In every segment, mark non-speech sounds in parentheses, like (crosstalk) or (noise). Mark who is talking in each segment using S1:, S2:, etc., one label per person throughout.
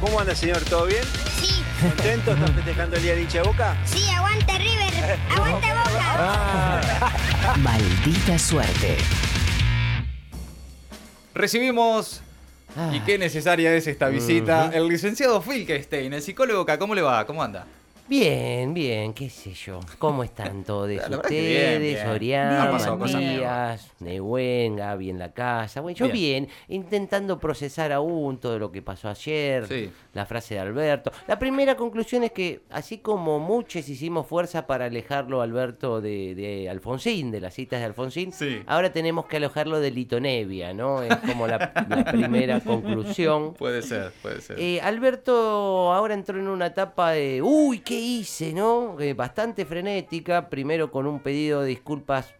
S1: ¿Cómo anda, señor? ¿Todo bien?
S2: Sí,
S1: ¿Contento? ¿Estás festejando el día de hincha de boca?
S2: sí, aguante River, aguante Boca.
S3: Maldita suerte.
S4: Recibimos,
S5: Ah,
S4: y qué necesaria es esta visita, el licenciado Filkestein, el psicólogo acá. ¿Cómo le va? ¿Cómo anda?
S5: Bien, bien, qué sé yo. ¿Cómo
S4: (laughs)
S5: están todos
S4: La verdad que bien,
S5: ustedes?
S4: bien.
S5: Orián,
S4: Han pasado cosas
S5: Matías, Nehuen, Gaby en la casa. Bueno, yo bien. intentando procesar aún todo lo que pasó ayer,
S4: Sí.
S5: la frase de Alberto. La primera conclusión es que, así como muchos hicimos fuerza para alejarlo a Alberto de, de Alfonsín, de las citas de Alfonsín,
S4: Sí.
S5: ahora tenemos que alojarlo de Litonevia, ¿no? Es como la, la
S4: (laughs)
S5: primera conclusión.
S4: Puede ser, puede ser.
S5: Eh, Alberto ahora entró en una etapa de, uy, ¿qué hice? ¿No? Eh, bastante frenética, primero con un pedido de disculpas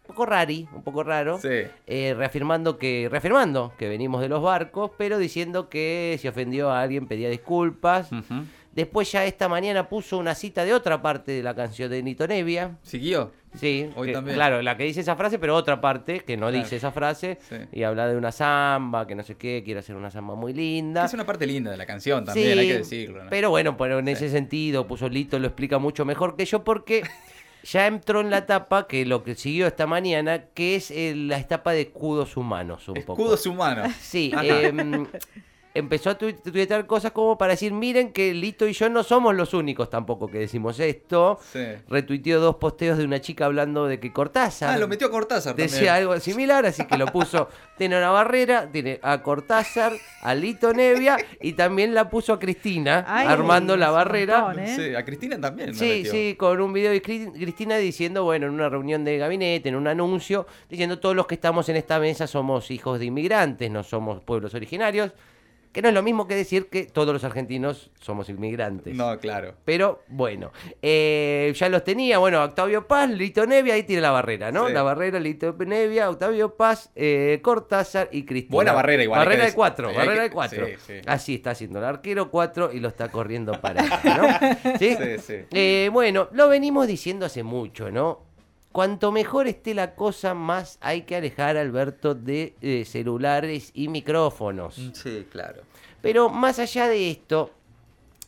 S5: un poco rari, un poco raro,
S4: Sí.
S5: eh, reafirmando que reafirmando que venimos de los barcos, pero diciendo que si ofendió a alguien pedía disculpas.
S4: Ujú.
S5: Después ya esta mañana puso una cita de otra parte de la canción de Nito Nevia.
S4: ¿Siguió?
S5: Sí,
S4: Hoy
S5: que-
S4: también.
S5: claro, la que dice esa frase, pero otra parte que no
S4: Claro.
S5: dice esa frase
S4: Sí.
S5: y habla de una samba, que no sé qué, quiere hacer una samba muy linda.
S4: Es una parte linda de la canción también,
S5: Sí,
S4: hay que decirlo. ¿no?
S5: Pero bueno, pero en ese sentido, puso Lito, lo explica mucho mejor que yo
S4: (laughs)
S5: porque ya entró en la etapa que lo que siguió esta mañana, que es eh, la etapa de escudos humanos un poco.
S4: Escudos
S5: (laughs)
S4: humanos.
S5: Sí,
S4: Ajá.
S5: em, empezó a tu- tuitear cosas como para decir, miren que Lito y yo no somos los únicos tampoco que decimos esto.
S4: Sí.
S5: Retuiteó dos posteos de una chica hablando de que Cortázar
S4: Ah, lo metió a Cortázar
S5: decía
S4: también.
S5: algo similar, así que
S4: (laughs)
S5: lo puso. Tiene a una barrera, tiene a Cortázar, a Lito Nevia y también la puso a Cristina,
S6: Ay,
S5: armando la
S6: es un
S5: barrera.
S6: montón, ¿eh?
S4: Sí, a Cristina también. la
S5: Sí,
S4: metió.
S5: sí, con un video de Cri- Cristina diciendo, bueno, en una reunión de gabinete, en un anuncio, diciendo todos los que estamos en esta mesa somos hijos de inmigrantes, no somos pueblos originarios, que no es lo mismo que decir que todos los argentinos somos inmigrantes.
S4: No, claro.
S5: Pero bueno, eh, ya los tenía. Bueno, Octavio Paz, Lito Nevia, ahí tiene la barrera, ¿no?
S4: Sí.
S5: La barrera, Lito Nevia, Octavio Paz, eh, Cortázar y Cristina.
S4: Buena barrera igual, hay que
S5: Barrera de
S4: decir. Sí,
S5: cuatro,
S4: hay
S5: barrera
S4: que-
S5: de cuatro.
S4: sí, sí.
S5: Así está haciendo el arquero cuatro y lo está
S4: (laughs)
S5: corriendo para acá, ¿no? ¿Sí?
S4: Sí, sí.
S5: Eh, bueno, lo venimos diciendo hace mucho, ¿no? Cuanto mejor esté la cosa, más hay que alejar, Alberto, de eh, celulares y micrófonos.
S4: Sí, claro.
S5: Pero más allá de esto,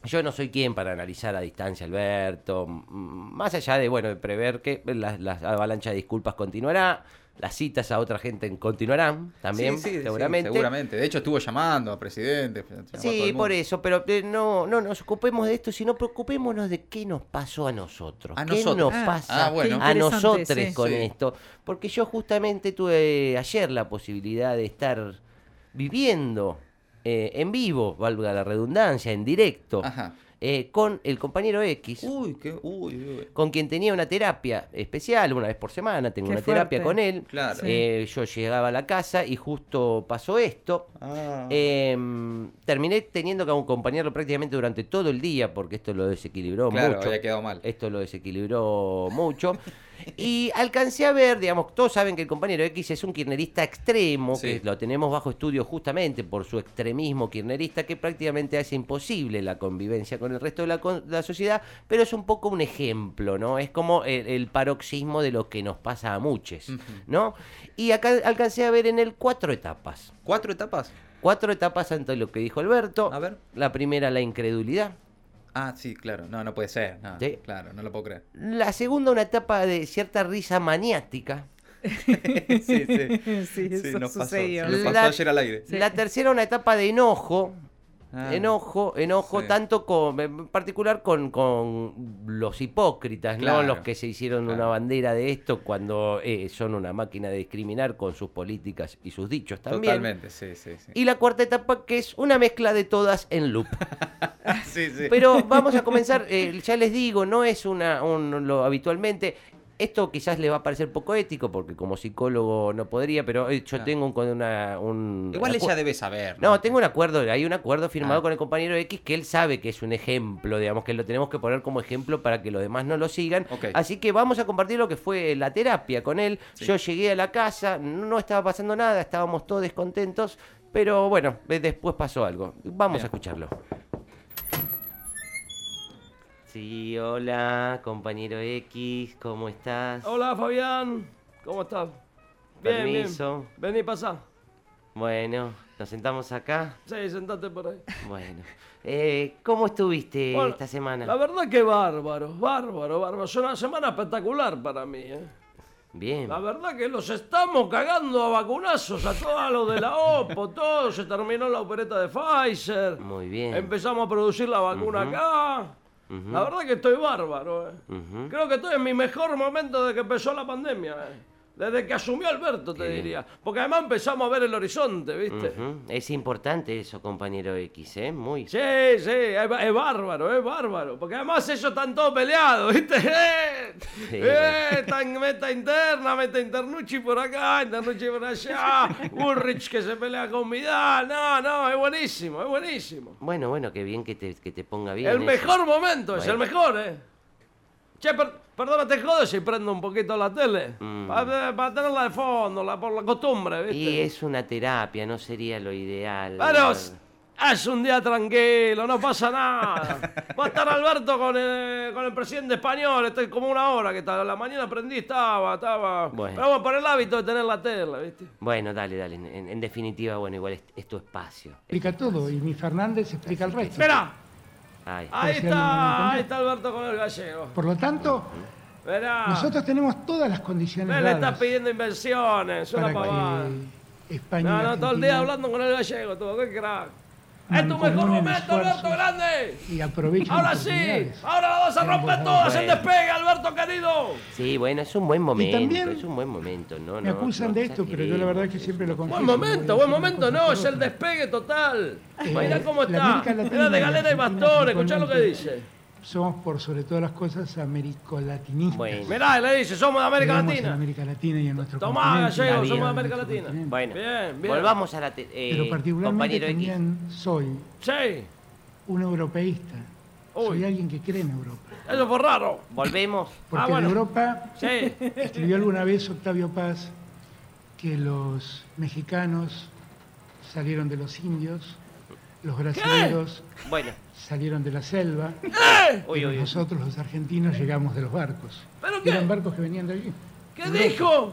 S5: yo no soy quien para analizar a distancia, Alberto. M- Más allá de, bueno, de prever que las las avalanchas de disculpas continuará, las citas a otra gente continuarán también,
S4: Sí, sí, sí,
S5: seguramente.
S4: seguramente. De hecho, estuvo llamando a presidentes. llamó a todo el
S5: Sí,
S4: mundo.
S5: por eso, pero eh, no, no nos ocupemos de esto, sino preocupémonos de qué nos pasó a nosotros.
S4: A
S5: ¿Qué
S4: nosotros.
S5: nos
S6: Ah,
S5: pasa
S4: ah, bueno.
S5: a
S6: Interesante,
S5: nosotros
S6: sí.
S5: con
S4: Sí.
S5: esto? Porque yo justamente tuve eh, ayer la posibilidad de estar viviendo eh, en vivo, valga la redundancia, en directo,
S4: Ajá.
S5: eh, con el compañero X
S4: Uy, qué. Uy, uy.
S5: con quien tenía una terapia especial, una vez por semana, tengo
S6: Qué
S5: una terapia
S6: fuerte.
S5: con él.
S4: Claro.
S6: Sí.
S5: Eh, yo llegaba a la casa y justo pasó esto.
S4: Ah.
S5: Em, terminé teniendo que acompañarlo prácticamente durante todo el día porque esto lo desequilibró
S4: claro,
S5: mucho.
S4: había quedado mal.
S5: Esto lo desequilibró mucho. Y alcancé a ver, digamos, todos saben que el compañero X es un kirnerista extremo,
S4: Sí.
S5: que lo tenemos bajo estudio justamente por su extremismo kirnerista, que prácticamente hace imposible la convivencia con el resto de la, con- la sociedad, pero es un poco un ejemplo, ¿no? Es como el, el paroxismo de lo que nos pasa a muchos, ¿no? Y acá alcancé a ver en él cuatro etapas.
S4: ¿Cuatro etapas?
S5: Cuatro etapas ante lo que dijo Alberto.
S4: A ver.
S5: La primera, la incredulidad.
S4: Ah, sí, claro. No, no puede ser. no,
S5: Sí.
S4: Claro, no lo puedo
S5: (laughs)
S4: creer.
S5: La segunda, una etapa de cierta risa maniática.
S4: sí, (laughs)
S5: (laughs)
S4: sí.
S6: Sí, eso
S4: nos pasó,
S6: sucedió.
S4: nos pasó
S5: La-
S4: ayer al aire.
S5: La tercera, una etapa de enojo.
S4: Ah.
S5: Enojo, enojo,
S4: Sí.
S5: tanto con, en particular con, con los hipócritas,
S4: Claro.
S5: ¿no? Los que se hicieron una
S4: Claro.
S5: bandera de esto cuando eh, son una máquina de discriminar con sus políticas y sus dichos también.
S4: Totalmente, sí, sí, sí.
S5: Y la cuarta etapa que es una mezcla de todas en loop.
S4: (laughs) sí, sí. (laughs)
S5: Pero vamos a comenzar, eh, ya les digo, no es una un- lo habitualmente. Esto quizás les va a parecer poco ético, porque como psicólogo no podría, pero eh, yo
S4: Claro.
S5: tengo un, con una, un
S4: Igual
S5: acu-
S4: ella debe saber.
S5: No, tengo un acuerdo, hay un acuerdo firmado
S4: Ah.
S5: con el compañero X que él sabe que es un ejemplo, digamos que lo tenemos que poner como ejemplo para que los demás no lo sigan.
S4: Ok.
S5: Así que vamos a compartir lo que fue la terapia con él.
S4: Sí.
S5: Yo llegué a la casa, no estaba pasando nada, estábamos todos descontentos, pero bueno, eh, después pasó algo. Vamos
S4: Bien.
S5: a escucharlo. Sí, hola, compañero X, ¿cómo estás?
S7: Hola Fabián, ¿cómo estás? Bien, bien.
S5: Permiso.
S7: Vení, pasa.
S5: Bueno, Nos sentamos acá.
S3: Sí, sentate por ahí.
S5: Bueno. Eh, ¿Cómo estuviste
S3: Bueno,
S5: esta semana?
S3: La verdad que bárbaro, bárbaro, bárbaro. Es una semana espectacular para mí, ¿eh?
S5: Bien.
S3: La verdad que los estamos cagando a vacunazos a todos los
S5: (laughs)
S3: de la OPO, todo. Se terminó la opereta de Pfizer.
S5: Muy bien.
S3: Empezamos a producir la vacuna acá. La verdad que estoy bárbaro, ¿eh?
S5: Ujú.
S3: Creo que estoy en mi mejor momento desde que empezó la pandemia, ¿eh? Desde que asumió Alberto, te diría. Porque además empezamos a ver el horizonte, ¿viste?
S5: Ujú. Es importante eso, compañero X, ¿eh? Muy.
S3: Sí, sí, es, ba- es bárbaro, es bárbaro. Porque además ellos están todos peleados, ¿viste? (laughs) ¡Eh! ¡Eh! Están meta interna, meta internucci por acá, internucci
S5: (laughs)
S3: por allá. Ulrich que se pelea con Vidal. No, no, es buenísimo, es buenísimo.
S5: Bueno, bueno, qué bien que te, que te ponga bien.
S3: el
S5: eso.
S3: mejor momento, es el
S5: Bueno.
S3: mejor, ¿eh? Che, per- perdona, te jodo si prendo un poquito la tele.
S5: Mm.
S3: Para tenerla de fondo, la, por la costumbre, ¿viste?
S5: Y es una terapia, no sería lo ideal.
S3: Varos, es un día tranquilo, no
S5: (laughs)
S3: pasa nada. Va a estar Alberto con el, con el presidente español, estoy como una hora que estaba. La mañana aprendí, estaba, estaba.
S5: Bueno.
S3: Pero vamos por el hábito de tener la tela, ¿viste?
S5: Bueno, dale, dale. En, en- en definitiva, bueno, igual es, es tu espacio.
S6: explica todo y mi Fernández explica el resto.
S3: Esperá,
S5: Ay.
S3: ahí está, ahí está Alberto con el gallego.
S6: Por lo tanto,
S3: Verá,
S6: nosotros tenemos todas las condiciones
S3: Ve, Ah. le estás
S6: dadas
S3: pidiendo inversiones, una
S6: para
S3: pavada.
S6: que España
S3: No,
S6: y
S3: no, todo el día
S6: Argentina
S3: hablando con el gallego, todo, qué crack.
S6: Mancomunen
S3: Es tu mejor momento,
S6: esfuerzos.
S3: Alberto Grande.
S6: y aprovechen
S3: Ahora sí, Ah.
S6: oportunidades.
S3: ahora la vas a
S6: Ambos
S3: romper
S6: lados.
S3: todas, el
S5: Bueno.
S3: despegue, Alberto querido.
S5: Sí, bueno, es un buen momento.
S6: también
S5: es un buen momento, ¿no?
S6: Me
S5: no,
S6: acusan
S5: no
S6: de esto, pero yo la verdad es que
S5: exageremos,
S6: siempre
S5: es
S6: lo
S5: una
S6: confieso.
S3: Buen momento, buen momento, no, es el
S6: de...
S3: despegue total.
S6: Eh,
S3: Mirá cómo
S6: la
S3: está.
S6: América Latina
S3: Era
S6: y
S3: de galera y
S6: Argentina
S3: bastón, escuchá lo que
S6: principalmente.
S3: dice.
S6: Somos por sobre todas las cosas americolatinistas.
S5: Bueno.
S3: Mirá, y le dice, somos de América
S6: Creemos en
S3: Latina.
S6: América Latina y en nuestro
S3: Tomá,
S6: continente.
S3: gallego,
S5: Está
S3: somos
S5: bien.
S3: de América Latina.
S6: Bien.
S5: Bueno,
S3: Bien, bien.
S5: volvamos a la... te- eh,
S6: Pero particularmente
S5: compañero X.
S6: también soy
S3: Sí,
S6: un europeísta.
S3: Uy.
S6: Soy alguien que cree en Europa.
S3: eso fue raro.
S5: Volvemos.
S6: Porque
S3: Ah, bueno.
S6: en Europa (laughs)
S3: Sí,
S6: Escribió alguna vez Octavio Paz que los mexicanos salieron de los indios, los brasileños
S5: Bueno,
S6: salieron de la selva,
S5: uy,
S6: pero
S5: uy, uy.
S6: nosotros los argentinos llegamos de los barcos.
S3: ¡Eh! ¿Pero qué?
S6: Eran barcos que venían de allí.
S3: ¿qué dijo?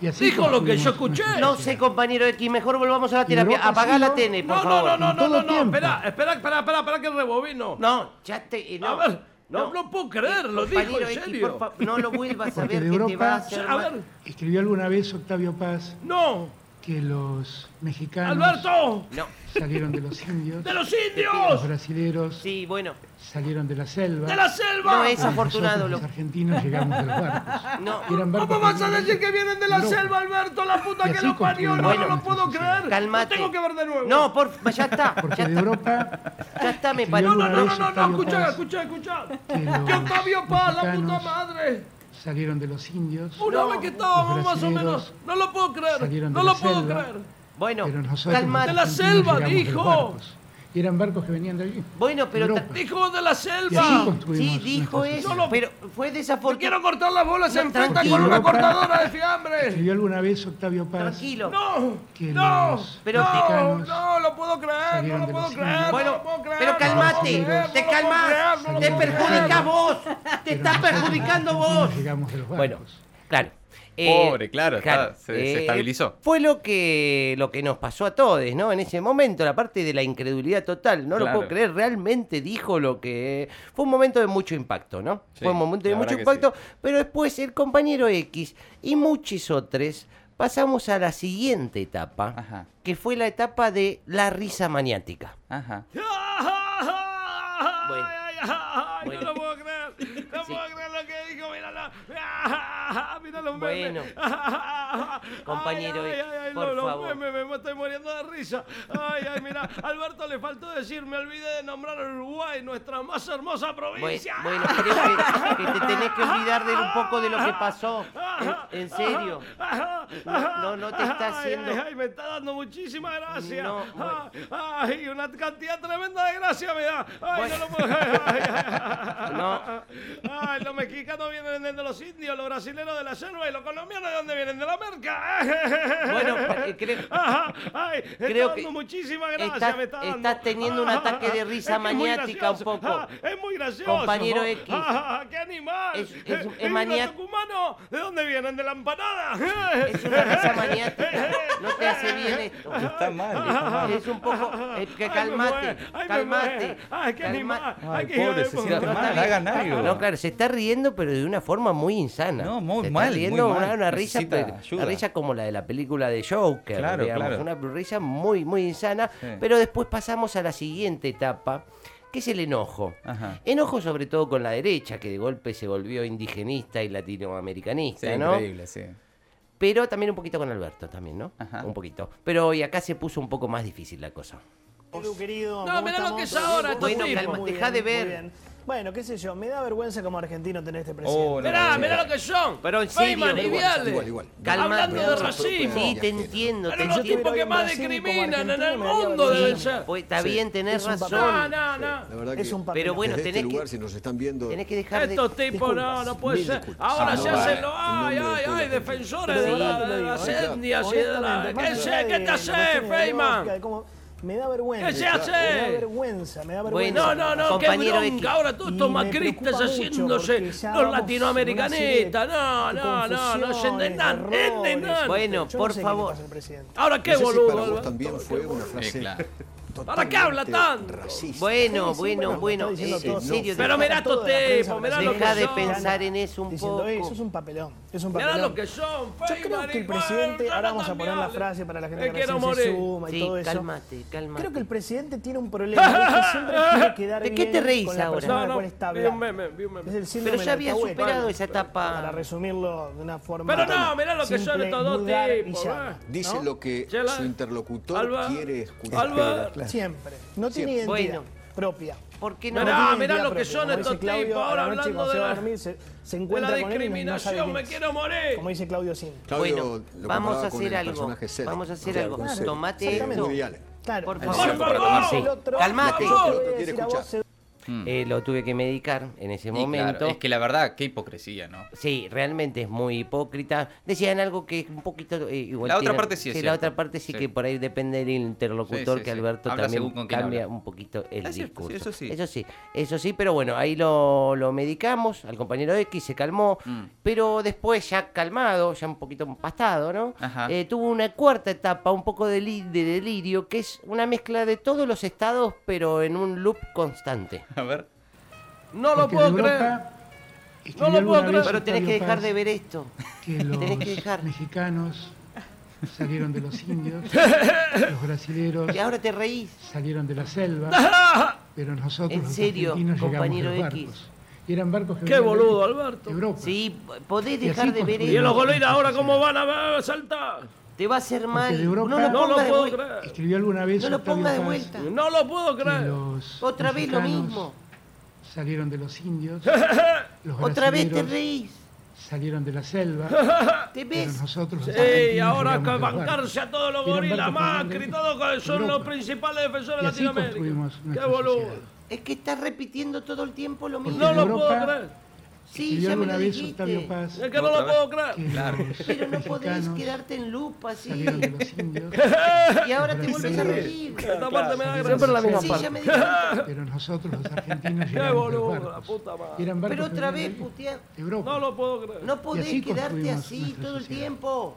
S6: Y así
S3: Dijo lo que yo
S6: construimos
S3: escuché.
S6: nuestra
S5: No sé,
S6: sociedad.
S5: compañero X, mejor volvamos a la terapia.
S6: Europa
S5: Apagá
S6: sí,
S5: la
S6: ¿no?
S5: tele, por
S3: No, no,
S5: favor.
S3: no, no,
S6: en
S3: no,
S6: todo
S3: no, no,
S6: tiempo.
S3: espera, espera, espera, espera, espera que rebobino.
S5: No, ya te. eh, No, Eh,
S3: A ver, no, no puedo creer, lo dijo,
S5: Compañero
S3: en
S5: X,
S3: serio.
S5: por fa- no lo vuelvas a
S6: Porque
S5: ver,
S6: de
S5: que te
S6: Europa-
S5: va a hacer
S3: A
S5: mal.
S3: ver,
S6: Escribió alguna vez Octavio Paz
S3: no,
S6: que los mexicanos
S3: Alberto,
S5: No,
S6: salieron de los indios,
S3: de los
S6: los
S3: indios,
S6: brasileros
S5: sí, bueno.
S6: salieron de la selva.
S3: de la
S5: No,
S3: selva.
S6: y
S5: es afortunado.
S6: nosotros,
S5: Lo...
S6: Los argentinos llegamos de los barcos.
S5: No,
S6: Y eran barcos
S3: ¿Cómo vas a
S6: que-
S3: decir que vienen de la
S6: Europa.
S3: selva, Alberto? La puta
S6: Y
S3: que
S6: así
S3: lo parió, no,
S6: construimos
S3: no lo
S6: nuestra
S3: puedo
S6: sociedad.
S3: creer.
S5: calmate.
S3: Lo tengo que ver de nuevo.
S5: No, por ya está.
S6: (laughs) Porque
S5: Ya
S6: de
S5: está,
S6: Europa
S5: ya está, me paró.
S6: escribió
S3: no, no,
S6: alguna
S3: no, no,
S6: vez
S3: no,
S6: Octavio
S3: escuchá,
S6: Paz
S3: escuchá, escuchá.
S6: que los
S3: Que Octavio Paz, la puta
S6: mexicanos
S3: madre.
S6: Salieron de los indios,
S3: Una vez que estábamos
S6: los
S3: más o menos.
S6: brasileros
S3: No lo puedo creer,
S6: salieron
S3: no
S6: de la
S3: lo puedo
S6: selva.
S3: creer.
S5: Bueno,
S6: pero nosotros
S5: calmate.
S3: De la
S6: argentinos
S3: selva,
S6: llegamos de los
S3: dijo.
S6: barcos. Y eran barcos que venían de allí.
S5: Bueno, pero
S6: Europa.
S5: ta-
S3: Dijo de la
S6: Y así
S3: selva.
S6: construimos
S5: Sí, dijo
S6: nuestra
S5: eso.
S6: sociedad.
S3: No lo-
S5: Pero fue
S3: Te
S5: desafortunado.
S3: quiero cortar las bolas
S5: No,
S3: en frente
S5: tranquilo.
S3: con una
S6: Europa.
S3: cortadora de fiambre.
S6: Escribió alguna vez Octavio Paz
S5: Tranquilo.
S3: No,
S6: que
S3: no,
S6: los
S5: Pero-
S3: no,
S6: mexicanos
S3: no lo puedo creer, no
S6: salieron
S3: lo
S6: de
S3: puedo
S6: los
S3: creer.
S6: indios.
S3: no
S5: Bueno,
S3: lo puedo creer,
S5: pero
S3: no lo
S5: calmate,
S3: puedo
S5: te
S3: creer, no lo puedo
S5: calmas,
S3: creer, no lo
S5: te
S3: puedo creer.
S5: perjudicas vos, te estás
S6: pero nosotros, los
S5: perjudicando
S6: argentinos,
S5: vos.
S6: Llegamos de los
S5: Bueno,
S6: barcos.
S5: claro. Eh,
S4: Pobre, claro, está- se- se estabilizó.
S5: Fue lo que, lo que nos pasó a todos, ¿no? En ese momento, la parte de la incredulidad total, no lo
S4: Claro.
S5: puedo creer, realmente dijo lo que... Fue un momento de mucho impacto, ¿no?
S4: Sí,
S5: fue un momento de
S4: la
S5: mucho
S4: verdad que
S5: impacto, pero después el compañero X y muchos otros pasamos a la siguiente etapa,
S4: Ajá.
S5: que fue la etapa de la risa maniática.
S4: Ajá.
S5: Bueno.
S3: Ay, ay, ay,
S5: Bueno.
S3: No lo puedo creer. No
S5: Sí.
S3: puedo creer lo que dijo. Míralo. Ah, Mira los
S5: Bueno.
S3: memes. Ah,
S5: Compañero,
S3: ay, ay, ay, ay,
S5: por
S3: los- los
S5: favor.
S3: memes, me estoy muriendo de risa. Ay, ay, mira. Alberto le faltó decir, me olvidé de nombrar a Uruguay, nuestra más hermosa
S5: Bueno,
S3: provincia.
S5: bueno, creo que, que te tenés que olvidar de un poco de lo que pasó. En, en serio. No, no, no te está
S3: Ay,
S5: haciendo-
S3: Ay, ay, me está dando muchísimas gracias. Ah,
S5: No, bueno.
S3: Ay, una cantidad tremenda de gracias me da. Ay,
S5: Bueno.
S3: no lo puedo. (laughs) Ay, ay, ay.
S5: No.
S3: Ay, los mexicanos vienen de los indios, los brasileños de la selva y los colombianos de dónde vienen de la merca. (laughs)
S5: Bueno, pa- eh, creo-
S3: Ajá, ay, me
S5: creo
S3: está
S5: que
S3: dando muchísimas gracias.
S5: estás-
S3: me está dando.
S5: estás teniendo un
S3: Ah,
S5: ataque de
S3: (laughs) es
S5: risa
S3: que es muy
S5: maniática un
S3: gracioso.
S5: poco.
S3: Ah, (laughs) es muy gracioso. (laughs)
S5: Compañero X.
S3: Ah, ¡Qué animal!
S5: Es- es- es
S3: ¿Y los
S5: maniá-
S3: tucumanos? ¿De dónde vienen? ¿De la empanada? Eh,
S5: Es es una risa maniática. No te hace bien esto.
S4: Está mal, está mal.
S5: Es un poco. eh, que calmate.
S3: Ay, me muero, ay, me
S5: calmate.
S3: muero. Ay, qué
S5: calma-
S3: animal.
S5: No,
S3: Ay,
S4: Ay,
S3: qué hijo
S4: pobre,
S3: de
S4: se
S3: puta.
S4: siente
S5: no,
S4: mal,
S5: está
S4: hagan
S5: bien.
S4: algo.
S5: No, claro, se está riendo, pero de una forma muy insana.
S4: No, muy
S5: Se está
S4: mal, muy
S5: riendo
S4: mal.
S5: Una, una risa,
S4: Necesita
S5: pero-
S4: ayuda.
S5: una risa como la de la película de Joker.
S4: Claro,
S5: digamos,
S4: claro.
S5: Una risa muy, muy insana.
S4: Sí.
S5: Pero después pasamos a la siguiente etapa, que es el enojo.
S4: Ajá.
S5: Enojo sobre todo con la derecha, que de golpe se volvió indigenista y
S4: Sí,
S5: latinoamericanista, ¿no?
S4: increíble, sí.
S5: Pero también un poquito con Alberto, también, ¿no?
S4: Ajá.
S5: Un poquito. Pero hoy acá se puso un poco más difícil la cosa.
S7: Edu, querido,
S3: No,
S7: ¿cómo
S3: mirá lo
S7: estamos?
S3: que es ahora,
S7: Todo
S5: estos
S7: bien,
S5: tipos.
S7: muy
S5: Dejá de
S7: bien, muy
S5: ver.
S7: bien. Bueno, qué sé yo, me da vergüenza como argentino tener este presidente.
S4: Oh, no,
S3: Mirá,
S4: sí.
S3: mirá lo que son.
S5: Pero en
S3: Soy
S5: serio.
S3: maniviales.
S8: Igual, igual.
S5: Calmate.
S3: Hablando de racismo.
S5: Sí, te entiendo, te
S3: Pero los
S5: entiendo.
S3: tipos que
S7: en
S3: más
S7: Brasil como
S3: discriminan en el
S7: argentino me haría
S3: mundo
S7: vergüenza.
S3: deben ser.
S5: Pues está bien, tenés
S7: es un
S3: No,
S5: razón.
S7: papelón.
S3: no, no.
S8: La verdad que
S7: Es un papel.
S5: Pero bueno,
S8: desde
S5: tenés
S8: este lugar,
S5: que,
S8: si nos están viendo,
S5: tenés que dejar de...
S3: Estos tipos, no,
S8: Disculpas,
S3: no puede
S8: mil
S3: ser.
S8: disculpas.
S3: Ahora
S4: Ah,
S3: se
S4: no,
S3: hacen
S4: eh.
S3: los. Ay,
S8: En nombre
S3: ay,
S8: de todo
S3: ay,
S8: el pueblo.
S3: defensores
S7: Pero
S3: de
S7: de
S3: la-
S7: verdad te lo
S3: de
S7: digo,
S3: las
S7: ¿eh?
S3: etnias y de la.
S7: Honestamente, más
S3: ¿Qué
S7: allá
S3: sé?
S7: de
S3: ¿Qué te
S7: la cuestión
S3: hace,
S7: ideológica,
S3: Feynman?
S7: de cómo- Me da vergüenza.
S3: ¿Qué se hace?
S7: Me da vergüenza, me da vergüenza.
S3: No, no, no, qué
S5: Compañero
S3: bronca.
S5: X.
S3: Ahora todos estos
S7: Y me
S3: macristas
S7: preocupa mucho
S3: haciéndose
S7: porque ya
S3: los
S7: vamos
S3: latinoamericanistas.
S7: en una serie
S3: No,
S7: de
S3: no, no, no se
S7: confusiones,
S3: entendan.
S7: de
S3: Entendan.
S7: errores.
S5: Bueno,
S7: Yo no
S5: por
S7: sé qué le
S5: favor.
S7: pasa al presidente.
S3: Ahora qué
S8: no sé si para
S3: boludo.
S8: vos
S3: Alberto.
S8: también fue una frase
S4: Eh, claro.
S5: Este
S3: ¿Para qué habla
S8: totalmente
S3: tanto?
S8: racista.
S5: Bueno,
S7: Sí, sí,
S5: bueno,
S7: está
S5: bueno.
S7: diciendo
S5: eh,
S7: todo.
S5: En serio,
S3: Pero
S5: deja-
S3: mirá estos
S7: Toda la prensa
S3: tipos, mirá lo
S5: Deja
S3: que
S5: de
S3: son.
S5: pensar en eso un
S7: Diciendo,
S5: poco.
S7: "Ey, Eso es un papelón. Es un
S3: Mirá
S7: papelón.
S3: lo que son,
S7: Yo creo que el presidente, ahora vamos a poner la frase para la gente que
S3: quiero
S7: recién
S3: morir.
S7: se suma y
S5: Sí,
S7: todo eso.
S5: cálmate, cálmate.
S7: Creo que el presidente tiene un problema que es que siempre
S3: (laughs)
S7: quiere quedar
S5: ¿De qué te
S7: bien
S5: reís
S7: con la
S5: ahora?
S7: persona
S3: No,
S7: con la
S3: no,
S7: cual está
S3: vi un
S7: hablando.
S3: meme, vi un
S7: Es
S3: meme.
S7: el síndrome
S5: Pero ya
S7: del
S5: había
S7: alcahuete.
S5: superado esa etapa.
S7: Para resumirlo de una forma.
S3: Pero no, mirá lo que
S7: simple,
S3: son estos dos
S7: vulgar y
S3: tipos,
S7: llana.
S3: ¿verdad?
S8: Dice
S7: ¿no?
S8: lo que
S3: Chela.
S8: su interlocutor
S3: Alba.
S8: quiere escuchar.
S3: Alba.
S8: Claro.
S7: Siempre. No tiene
S8: Siempre.
S7: identidad
S5: Bueno.
S7: propia.
S5: ¿Por qué
S7: No,
S5: no?
S7: no
S3: Mirá,
S7: tiene
S3: mirá
S7: identidad
S3: lo que
S7: propia,
S3: son
S7: como
S3: estos
S7: dice Claudio, a
S3: tipos,
S7: la
S3: ahora
S7: noche
S3: hablando
S7: cuando
S3: de
S7: se va a
S3: la-
S7: dormir, se, se
S3: De
S7: encuentra
S3: la
S7: con él y no sabe
S3: discriminación,
S7: quién
S3: me
S7: es.
S3: quiero morir.
S7: Como dice Claudio Sin.
S8: Claudio
S5: Bueno,
S8: lo
S5: vamos
S8: comparaba
S5: a
S8: con
S5: hacer
S8: el
S5: algo.
S8: personaje Selec,
S5: Vamos a hacer
S8: de
S5: algo.
S8: algún Selec.
S5: Tomate
S8: Exactamente.
S5: esto.
S8: Woody Allen.
S7: Claro.
S5: Por
S8: El
S5: favor.
S8: centro para
S3: Por
S8: tomarse.
S3: favor.
S7: El otro-
S5: Calmate.
S7: Yo te
S8: El otro
S7: voy a
S8: quiere
S7: decir a vos,
S8: escuchar.
S7: Sedu-
S5: Eh, lo tuve que medicar en ese
S4: Y
S5: momento.
S4: claro, es que la verdad, qué hipocresía, ¿no? (laughs)
S5: Sí, realmente es muy hipócrita. Decían algo que es un poquito eh, igual
S4: La otra parte sí es
S5: la
S4: cierto.
S5: otra parte sí,
S4: Sí.
S5: que por ahí depende del
S4: Sí,
S5: interlocutor
S4: sí,
S5: que
S4: sí.
S5: Alberto
S4: Habla
S5: también
S4: según con quién
S5: cambia
S4: habla.
S5: un poquito el
S4: Es cierto,
S5: discurso.
S4: sí, eso sí.
S5: Eso sí, eso sí, pero bueno, ahí lo, lo medicamos al compañero X, se calmó,
S4: Mm.
S5: pero después ya calmado, ya un poquito empastado, ¿no?
S4: Ajá.
S5: Eh, tuvo una cuarta etapa, un poco de, li- de delirio, que es una mezcla de todos los estados, pero en un loop constante.
S4: A ver.
S3: No lo
S6: Porque
S3: puedo
S6: de
S3: creer.
S6: Europa
S3: No lo
S6: escribió
S3: puedo
S6: alguna
S3: creer.
S6: vez
S5: Pero tenés que
S6: Octavio
S5: dejar
S6: Paz
S5: de ver esto.
S6: que los
S5: (laughs) tenés que dejar.
S6: mexicanos salieron de los
S3: (laughs)
S6: indios, los brasileros
S5: Y ahora te reís.
S6: salieron de la selva,
S3: (laughs)
S6: pero nosotros
S5: En
S6: los
S5: serio,
S6: argentinos llegamos en
S5: compañero
S6: los
S5: X.
S6: barcos. Y eran barcos que
S3: Qué
S6: venían de
S3: boludo, Alberto.
S6: Europa.
S5: Sí, podés
S6: Y así
S5: dejar de ver
S6: construimos.
S3: Y los
S5: esto.
S3: goleiros ahora cómo van a ver, saltar.
S5: Te va a hacer mal.
S6: de Europa-
S5: No lo
S3: No lo
S5: pongas de
S3: puedo
S5: vuelta.
S3: creer.
S6: Escribió alguna vez
S5: No lo
S6: Octavio
S5: ponga de
S6: Paz
S5: vuelta.
S3: No lo puedo
S6: que
S3: creer. (laughs)
S6: los
S5: Otra vez lo
S6: mexicanos
S5: mismo.
S6: Salieron de los
S3: (laughs)
S6: indios, los
S5: Otra vez te
S6: brasileros
S5: reís.
S6: salieron de
S3: (laughs)
S6: la selva,
S5: ¿Te
S6: pero
S5: ves?
S6: nosotros los
S3: Sí,
S6: argentinos
S3: ahora
S6: llegamos
S3: que
S6: a los barcos.
S3: bancarse a todos los
S6: Eran
S3: gorilas,
S6: barcos que
S3: Macri,
S6: venían de
S3: todos que son
S6: Europa.
S3: los principales defensores
S6: Y
S3: de
S6: así
S3: Latinoamérica.
S6: construimos
S3: Qué
S6: nuestra
S3: boludo.
S6: sociedad.
S5: Es que estás repitiendo todo el tiempo lo mismo.
S6: Porque
S3: No
S6: de
S3: lo puedo
S6: Europa-
S3: creer.
S5: Sí,
S6: Escribió
S5: ya me lo
S6: alguna vez Octavio
S5: dijiste.
S6: Paz
S3: Es que no lo puedo creer.
S6: que los (laughs)
S5: Pero no podés
S6: mexicanos
S5: quedarte en loop así.
S6: salieron de los indios,
S3: (laughs)
S5: Y ahora te
S6: Sí,
S5: volvés a
S6: sí.
S5: reír.
S3: Esta parte me da
S6: Claro.
S3: gracia.
S6: Siempre la misma
S5: Sí,
S6: parte.
S5: ya me di cuenta.
S6: (laughs) pero nosotros los
S5: (laughs)
S6: argentinos
S3: Qué
S6: llegamos en los
S3: boludo, la
S6: barcos.
S3: puta madre.
S6: Eran barcos
S5: Pero
S6: que
S5: otra
S6: venían
S5: vez,
S6: de
S5: putear.
S6: Europa.
S3: No lo puedo creer.
S5: No podés
S6: así
S5: quedarte
S6: construimos
S5: así
S6: nuestra
S5: todo el
S6: sociedad.
S5: tiempo.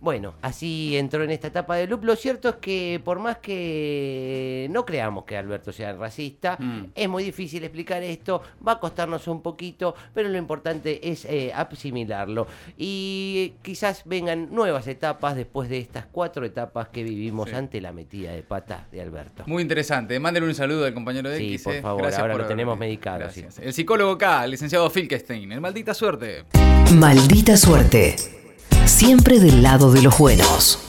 S5: Bueno, así entró en esta etapa de loop. Lo cierto es que por más que no creamos que Alberto sea racista, es muy difícil explicar esto, va a costarnos un poquito, pero lo importante es eh, asimilarlo. Y quizás vengan nuevas etapas después de estas cuatro etapas que vivimos
S4: Sí.
S5: ante la metida de pata de Alberto.
S4: Muy interesante. Mándele un saludo al compañero de
S5: Sí,
S4: X.
S5: por
S4: eh.
S5: favor,
S4: Gracias
S5: ahora
S4: por
S5: lo
S4: haber
S5: tenemos
S4: venido.
S5: medicado,
S4: Gracias. El psicólogo K, el licenciado Filkestein. El maldita suerte.
S9: Maldita suerte. Siempre del lado de los buenos.